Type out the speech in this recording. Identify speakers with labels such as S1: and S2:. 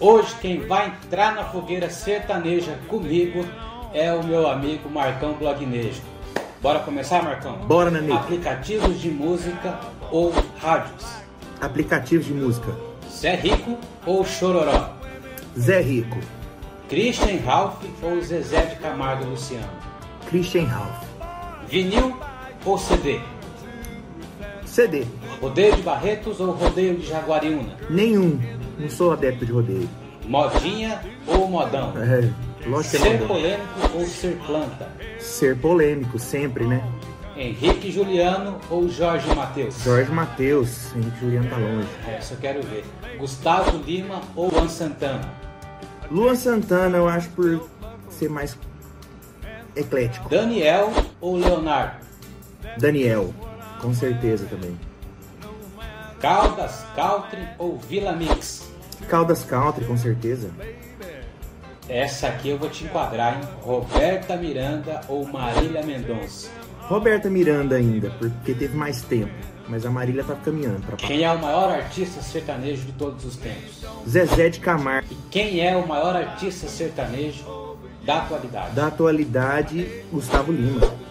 S1: Hoje quem vai entrar na fogueira sertaneja comigo é o meu amigo Marcão Blognejo. Bora começar, Marcão?
S2: Bora, meu amigo.
S1: Aplicativos de música ou rádios?
S2: Aplicativos de música.
S1: Zé Rico ou Chororó?
S2: Zé Rico.
S1: Christian Ralph ou Zezé de Camargo e Luciano?
S2: Christian Ralph.
S1: Vinil ou CD?
S2: CD.
S1: Rodeio de Barretos ou Rodeio de Jaguariúna?
S2: Nenhum. Não sou adepto de rodeio.
S1: Modinha ou modão?
S2: É, lógico que é
S1: Ser
S2: modão.
S1: polêmico ou ser planta?
S2: Ser polêmico, sempre, né?
S1: Henrique Juliano ou Jorge Matheus?
S2: Jorge Matheus, Henrique Juliano tá longe.
S1: Essa É, eu quero ver. Gustavo Lima ou Juan Santana?
S2: Luan Santana, eu acho por ser mais eclético.
S1: Daniel ou Leonardo?
S2: Daniel, com certeza também.
S1: Caldas, Country ou Vila Mix?
S2: Caldas Country, com certeza.
S1: Essa aqui eu vou te enquadrar, hein? Roberta Miranda ou Marília Mendonça?
S2: Roberta Miranda ainda, porque teve mais tempo. Mas a Marília tá caminhando pra
S1: Quem é o maior artista sertanejo de todos os tempos?
S2: Zezé de Camargo,
S1: E quem é o maior artista sertanejo da atualidade?
S2: da atualidade, Gustavo Lima.